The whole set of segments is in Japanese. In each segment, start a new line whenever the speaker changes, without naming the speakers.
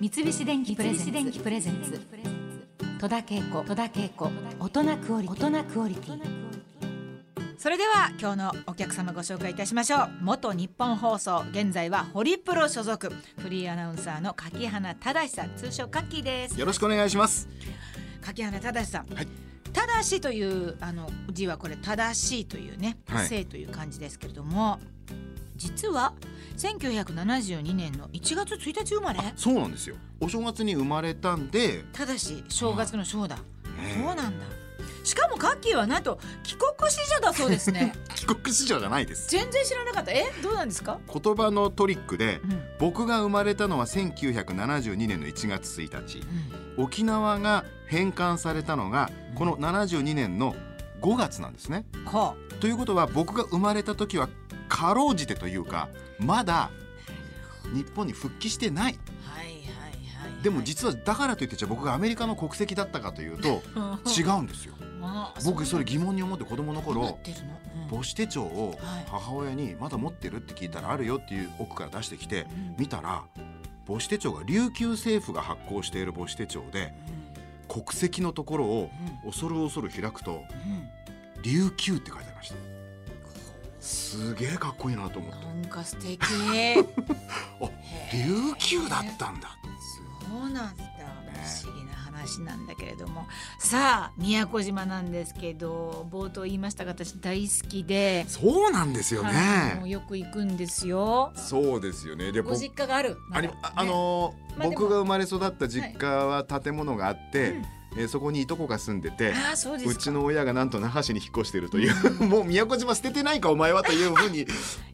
三菱電機プレゼンツ戸田恵子戸田恵子大人クオリティ大人クオリティ
それでは今日のお客様ご紹介いたしましょう元日本放送現在はホリプロ所属フリーアナウンサーの柿花忠さん通称カッキーです
よろしくお願いします
柿花忠さん、
はい
正しいというあの字はこれ正しいというね
はい
正という漢字ですけれども、実は1972年の1月1日生まれ
そうなんですよお正月に生まれたんで、
ただし正月の正だ、
ね
そうなんだしかもカッキーはなんと帰国子女だそうです ね
帰国子女じゃないです
全然知らなかったえどうなんですか、
言葉のトリックで
うんうん
僕が生まれたのは1972年の1月1日沖縄が返還されたのがこの72年の5月なんですね
こう
ということは僕が生まれた時はかろうじてというかまだ日本に復帰してない
はいはいはい
でも実はだからといってじゃあ僕がアメリカの国籍だったかと いうと違うんですよ僕それ疑問に思って子供の頃母子手帳を母親に「まだ持ってる?」って聞いたら「あるよ」っていう奥から出してきて見たら母子手帳が琉球政府が発行している母子手帳で国籍のところを恐る恐る開くと「琉球」って書いてありましたすげえかっこいいなと思って
なんか 素敵
琉球だったんだ
そうなんだ不思議な話なんだけれどもさあ宮古島なんですけど冒頭言いましたが私大好きで、
そうなんですよ
はいもう
ね
よく行くんですよ
そうですよねで
ご
僕
実家がある
ありああのー
まあでも
僕が生まれ育った実家は建物があって、
うん
えーそこにいとこが住んでて、
ああそうで
う
す
ち
か
の親がなんと那覇市に引っ越しているという、もう宮古島捨ててないかお前はというふうに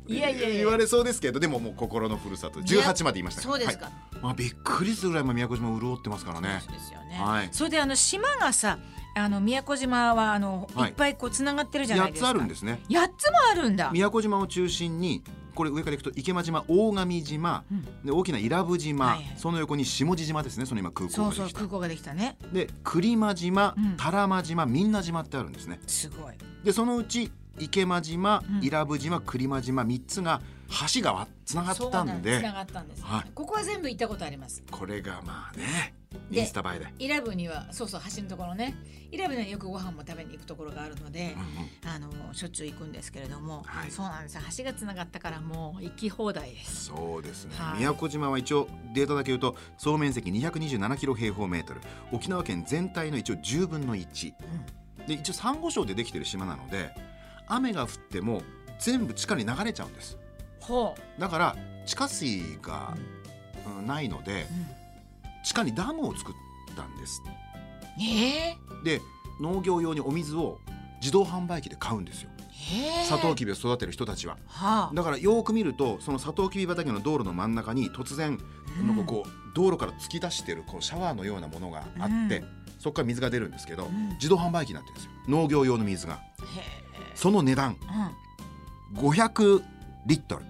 いやいやいや
言われそうですけどでももう心のふるさと
宮
18まで言いました
そうですか、
はいまあ、びっくりするぐらい今宮古島潤ってますからね
そうですよね、
はい
それであの島がさあの宮古島はあの、、
はいい
っぱいこうつながってるじゃない
8
ですか
つあるんですね
八つもあるんだ
宮古島を中心にこれ上からいくと池間島大神島、
うん
で大きな伊良部島、
はいはい
その横に下地島ですねその今空港
そ
が
う
でき
そう
た
空港ができたね
で栗間島
うん
多良間島民奈島ってあるんですね
すごい
でそのうち池間島
うん
伊良部島栗間島3つが橋がつながったんで
つながったんです、
はい
ここは全部行ったことあります
これがまあね
で
インスタ映えで、
イラブにはそうそう橋のところねイラブにはよくご飯も食べに行くところがあるので
うんうん、
あのしょっちゅう行くんですけれども、
はい
そうなんですよ橋がつながったからもう行き放題です
そうですね、
はい
宮古島は一応データだけ言うと総面積227キロ平方メートル沖縄県全体の一応10分の1、で一応サンゴ礁でできてる島なので雨が降っても全部地下に流れちゃうんです
ほ
だから地下水が、うんないので
う、うん
地下にダムを作ったんです
え
で農業用にお水を自動販売機で買うんですよ
ー、えー、
サトウキビを育てる人たちは
はあ
だからよく見るとそのサトウキビ畑の道路の真ん中に突然
うん
なんかこう道路から突き出してるこうシャワーのようなものがあって、
うん
そこから水が出るんですけど、
うん
自動販売機になってるんですよ農業用の水が
へ
その値段
えうん
500リットル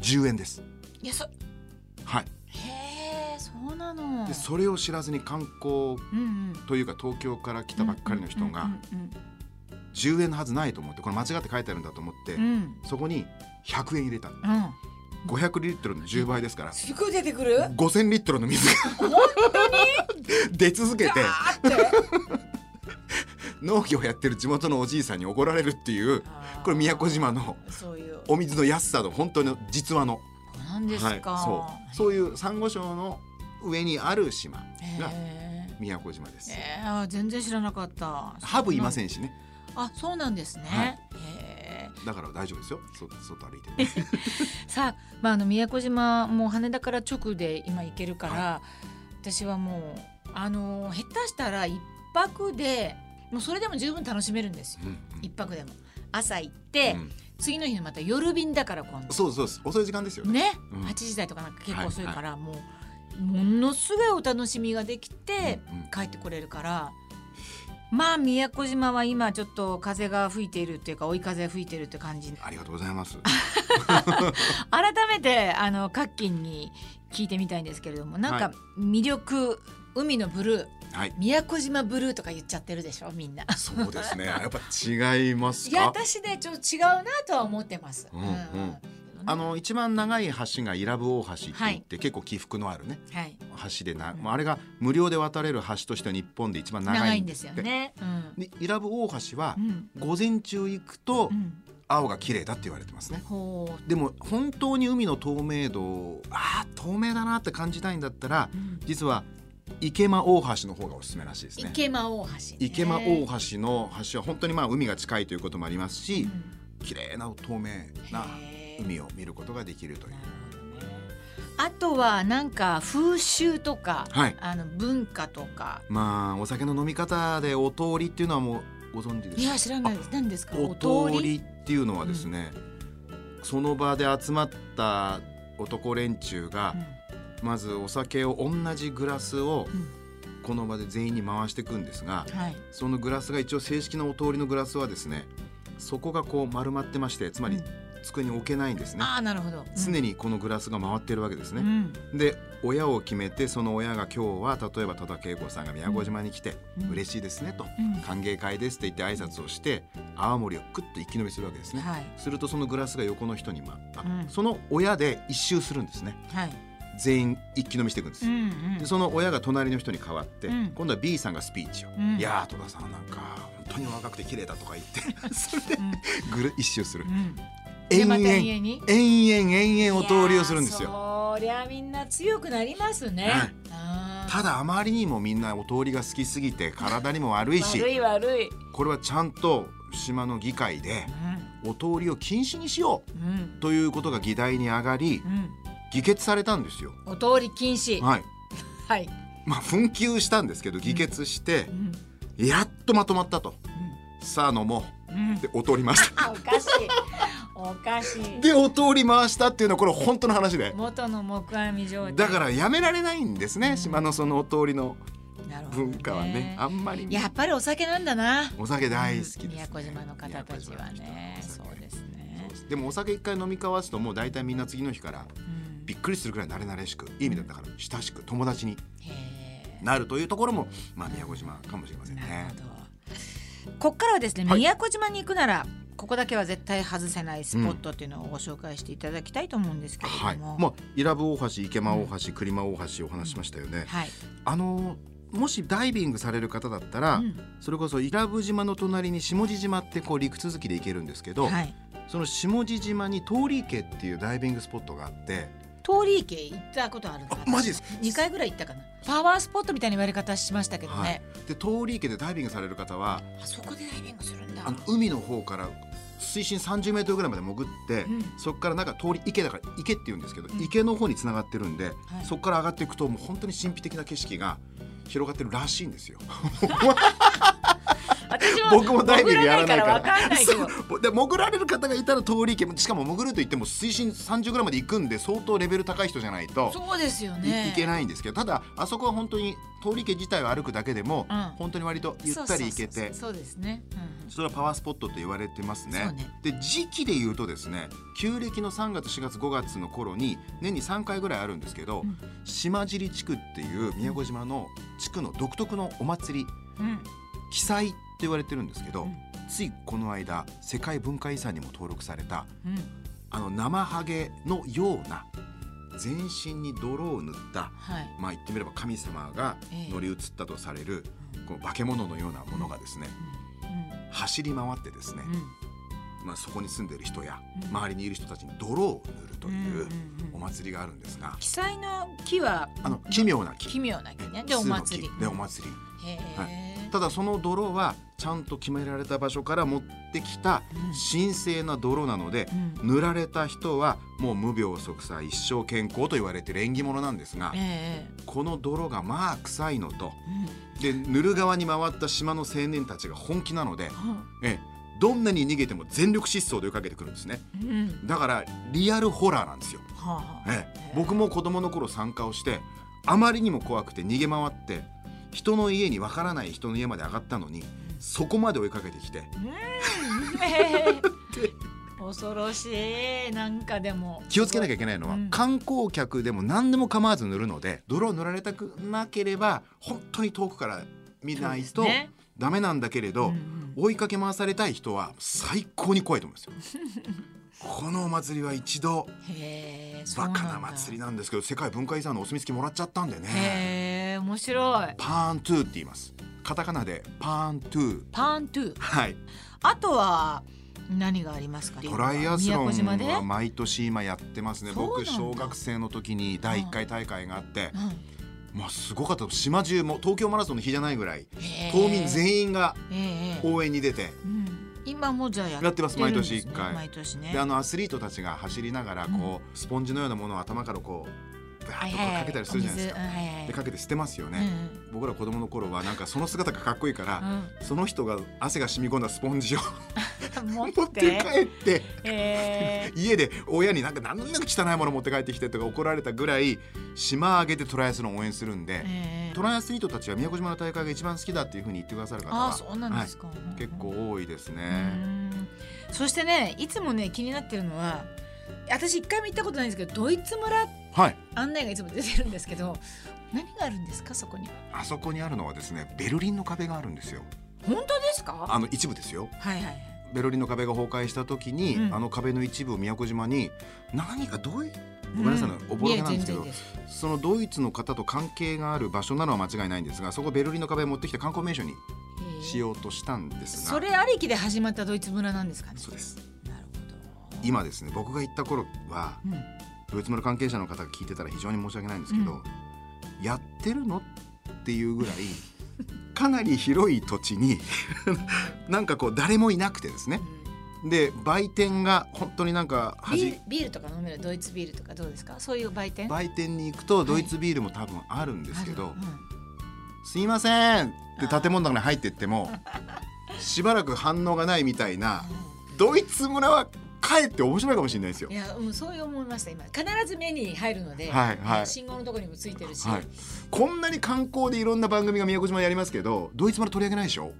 10円です
いやそ
はい
へえそうなの
でそれを知らずに観光
うんうん
というか東京から来たばっかりの人
う
が
んうん
10円のはずないと思ってこれ間違って書いてあるんだと思って、
うんうん
そこに100円入れた
うんうん
500リットルの10倍ですから
すぐ出てくる
5000リットルの水が出続けて
あって
農業やってる地元のおじいさんに怒られるっていう これ宮古島の
そういう
お水の安さの本当の実話の、
なんですか、
はい、そうそういう珊瑚礁の上にある島が
へえ
宮古島です、
えー、全然知らなかった
ハブいませ
ん
んしね
あそうなんですね、
は
へえ
だから大丈夫ですよそ外歩いても
さあ、まあ、あの宮古島もう羽田から直で今行けるから、私はもうあのー下手したら一泊でもうそれでも十分楽しめるんですよ
うん
一泊でも朝行って、
うん
次の日のまた夜便だから今
そうですそうです遅い時間ですよ
度
ね
ね、
うん
8時台とかなんか結構遅い
はい
か
は
ら、もうものすごいお楽しみができて
うんうん
帰ってこれるから。まあ宮古島は今ちょっと風が吹いているっていうか追い風吹いているって感じ
ありがとうございます
改めてあのカッキンに聞いてみたいんですけれどもなんか
は
魅力、海のブルー
はい
宮古島ブルーとか言っちゃってるでしょみんな。
そうですねやっぱ違います
いや
か
私ねちょっと違うなとは思ってます。
うんうんあの一番長い橋が伊良部大橋って言って、結構起伏のあるね
はい、
あ橋でな、もうあれが無料で渡れる橋としては日本で一番長
長
い
い
ん
ん
で
ですす
っ
よ
て。
ね。うん
で伊良部大橋は
うん
午前中行くと
うん
青が綺麗だって言われてますね。
ほう
でも本当に海の透明度をああ透明だなって感じたいんだったら
うん
実は池間大橋の方がおすすめらしいですね。
池間大橋ね。
池間大橋の橋は本当にまあ海が近いということもあります
う
し
ん
綺麗な透明な
へー
海を見ることができるという
なる。ほどねあとはなんか風習とか、
はい
あの文化とか。
まあお酒の飲み方でお通りっていうのはもうご存知ですか
いや知らないです。何ですか。
お通りっていうのはですね、その場で集まった男連中が
うん、
まずお酒を同じグラスを
うん
この場で全員に回していくんですが
はい。
そのグラスが一応正式なお通りのグラスはですねそこがこう丸まってましてつま
う
り
ん
机に置けないんですね。
ああなるほど。
常にこのグラスが回ってるわけです
う
ね。
ん。
で親を決めてその親が今日は例えば戸田恵子さんが宮古島に来て
うん
嬉しいですねと
うん
歓迎会ですって言って挨拶をして泡盛をクッと一気飲みするわけですね、
はい
するとそのグラスが横の人に、まあ
うん
その親で一周するんですね
はい。
全員一気飲みしていくんです、
うんうん
で。その親が隣の人に代わって、
うん
今度は B さんがスピーチを「
うん
いやー戸田さんなんか本当にお若くて綺麗だ」とか言 ってそれで
うん
ぐる一周する
うん。で
延
ま
々
た
延
家に。
々延々お通りをするんです
い
よ
やーそりゃみんな強くなりますね。
はい
あー
ただあまりにもみんなお通りが好きすぎて体にも悪いし
悪い悪い。
これはちゃんと島の議会で
う
お通りを禁止にしようん
うん
ということが議題に上がり
うん。
議決されたんですよ。
お通り禁止。
はい
はい。
まあ、紛糾したんですけど議決して
うん
やっとまとまったとさあ飲も
うんうん
うでお通りまし た
あおかしい。おかしい。
でお通り回したっていうのはこれ本当の話で
元の木阿弥状態
だからやめられないんです
う
ね
ん
島のそのお通りの
なるほどね
文化はねあんまり
やっぱりお酒なんだな
お酒大好きです、ね、
宮古島の方たちはね
宮古島
そ
の
う
人はお酒
ですね
でもお酒一回飲み交わすともう大体みんな次の日から
うん
びっくりするくらい慣れ慣れしくいい意味だったから親しく友達に
へ
なるというところもまあ宮古島かもしれませ
ー
ん
な
ね
るほどこっからはですね、
はい
宮古島に行くならここだけは絶対外せないスポットっていうのをご紹介していただきたいと思うんですけれども、
はい、まあ伊良部大橋池間大橋栗間大橋お話ししましたよね、
はい
あのもしダイビングされる方だったら、
うん
それこそ伊良部島の隣に下地島ってこう陸続きで行けるんですけど、
はい
その下地島に通り池っていうダイビングスポットがあって
通り池行ったことあるんだ
あマジです
2回ぐらい行ったかなパワースポットみたいな言われ方しましたけどね、
はいで通り池でダイビングされる方は
あそこでダイビングするんだ
あの海の方から水深3 0メートルぐらいまで潜って、
うん
そこからなんか通り池だから池って言うんですけど、
ん
池の方につながってるんで、
はい
そこから上がっていくともう本当に神秘的な景色が広がってるらしいんですよ。
私も
僕もダイビングやらないから
潜らないから分かんないけど
そうで潜られる方がいたら通り池もしかも潜ると言っても水深30ぐらいまで行くんで相当レベル高い人じゃないと
そうですよ
い,、
ね。
けないんですけどただあそこは本当に通り池自体を歩くだけでも、
うん
本当に割とゆったり
そう
行け
そうそう
て
そうですね。
それはパワースポットと言われてます
そ
ね
うね
で時期で言うとですね旧暦の3月4月5月の頃に年に3回ぐらいあるんですけど、
うん
島尻地区っていう宮古島の地区の独特のお祭り
うん。うん。
記載って言われてるんですけど、
うん
ついこの間世界文化遺産にも登録された
うん。
あの生ハゲのような全身に泥を塗った
はい。
まあ言ってみれば神様が
ええ
乗り移ったとされる、この化け物のようなものがですね
う
走り回ってですね、
ん。うん。
まあ、そこに住んでる人や
うん
周りにいる人たちに泥を塗るとい
ん
う
うんうん
お祭りがあるんですが、
記載の木は
あの奇妙な木
奇妙な木ね。で
奇
お
数の木
祭り。
でお祭り
へえ。
ただその泥はちゃんと決められた場所から持ってきた神聖な泥なので、
うん
塗られた人はもう無病息災一生健康と言われてる縁起物なんですが
ええ。
この泥がまあ臭いのと
うん
で塗る側に回った島の青年たちが本気なので、ええどんなに逃げても全力疾走で追いかけてくるんですね
うん。うん。
だからリアルホラーなんですよ、
はあはあ。
ええ、僕も子供の頃参加をしてあまりにも怖くて逃げ回って人の家にわからない人の家まで上がったのにそこまで追いかけてきて
ええ 恐ろしいなんかでも。
気をつけなきゃいけないのは、
うん
観光客でも何でも構わず塗るので泥を塗られたくなければ本当に遠くから見ない
そ
と
うですね
ダメなんだけれ
う
ど、
んうん
追いかけ回されたい人は最高に怖いと思うんですよ。このお祭りは一度
へえ
バカな祭りなんですけど世界文化遺産のお墨付きもらっちゃったんでね
へえ面白い
パーントゥーって言いますカタカナでパーントゥー
パーントゥー
はい
あとは何がありますか
トライアス
宮
ロ
古
ン
島で、
は毎年今やってますね
そうなんだ
僕小学生の時に第1回大会があって、まあすごかった島中も東京マラソンの日じゃないぐらい島民
員、
全員が
ええ
応援に出て、
うん、今もじゃあや
やってます
るん
毎年
ですね
一回
毎年ね
であのアスリートたちが走りながらこう、スポンジのようなものを頭からこうバーッとこうかけたりするじゃないですか、
はははいお水うんはいはい
でかけて捨てますよね、僕ら子供の頃はなんかその姿がかっこい いから、その人が汗が染み込んだスポンジを
うんうん、持
持
っ
って
て
帰って
え
家で親になんかなんなく汚いもの持って帰ってきてとか怒られたぐらい島あげてトライアスロン応援するんで、
え
トライアスリートたちは宮古島の大会が一番好きだっていうふうに言ってくださる方
あ
は
あそうなんですか、
はい結
う
構多いですね。
んそしてねいつもね気になってるのは私一回も行ったことないんですけどドイツ村
はい
案内がいつも出てるんですけど何があるんですかそこには
あそこにあるのはですねベルリンの壁があるんですよ
本当ですか
あの一部ですよ
はいはい
ベルリンの壁が崩壊した時に、
うん
あの壁の一部を宮古島に何かどういうごめんなさいねおぼろげなんですけど
いえ全然です
そのドイツの方と関係がある場所なのは間違いないんですがそこベルリンの壁を持ってきて観光名所に
へえ
しようとしたんですが
それありきで始まったドイツ村なんですかね
そうです
なるほど
今ですね僕が行った頃は
うん
ドイツ村関係者の方が聞いてたら非常に申し訳ないんですけど、やってるのっていうぐらいかなり広い土地に なんかこう誰もいなくてですねで売店が本当になんか
ビー
端
ルビールとか飲めるドイツビールとかどうですかそういう売店
売店に行くとドイツビールも多分あるんですけど
あ
「
るうん
すいません!」って建物の中に入ってってもしばらく反応がないみたいなドイツ村はかえって面白いかもしれないですよ
い。や、うん、そう思いました今必ず目に入るので、
はいはい
信号のとこにもついてるし、
はい、こんなに観光でいろんな番組が宮古島でやりますけどドイツ村取り上げないでしょ
はい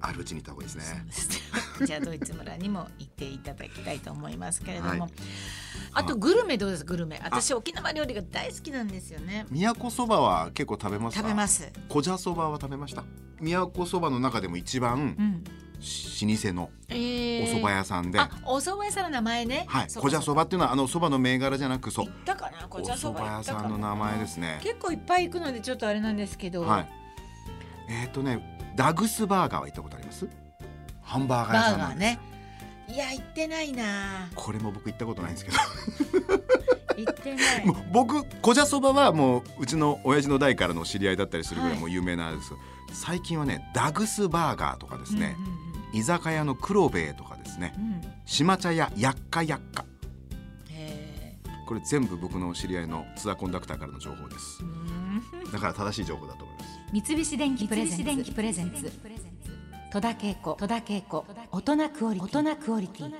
あるうちに行った方がいいですね。
そうです じゃあドイツ村にも行っていただきたいと思いますけれども、
はい
あとグルメどうですグルメ私沖縄料理が大好きなんですよね
宮古そばは結構食べますか
食べますす
小じゃそばは食べました宮古そばの中でも一番
うん
老舗の
え
お
ー
蕎麦屋さんで、
あお蕎麦屋さんの名前ね
はい、
そう
小
か
じゃそばっていうのはあのそばの銘柄じゃなくそう
行ったかな
お
こちゃ
蕎
そ
麦
ば行
屋
った
さ
かなん
の名前ですね
結構いっぱい行くのでちょっとあれなんですけど、
はいえっ、とねダグスバーガーは行ったことありますハンバーガー屋
バ
さ
ー
んな
ガー
んです
ねいや行ってないな
これも僕行ったことないんですけど
行ってない
もう僕こじゃそばはもううちの親父の代からの知り合いだったりするぐらいもう有名なんです、最近はねダグスバーガーとかですね、居酒屋の黒兵衛とかですね
うんうんうんうん
島茶屋やっかやっか
へー
これ全部僕の知り合いの津田コンダクターからの情報です
うーん
だから正しい情報だと思います
三菱電機プレゼンツ
三菱電機プレゼンツ
戸田恵子大人クオリティ大人クオリティ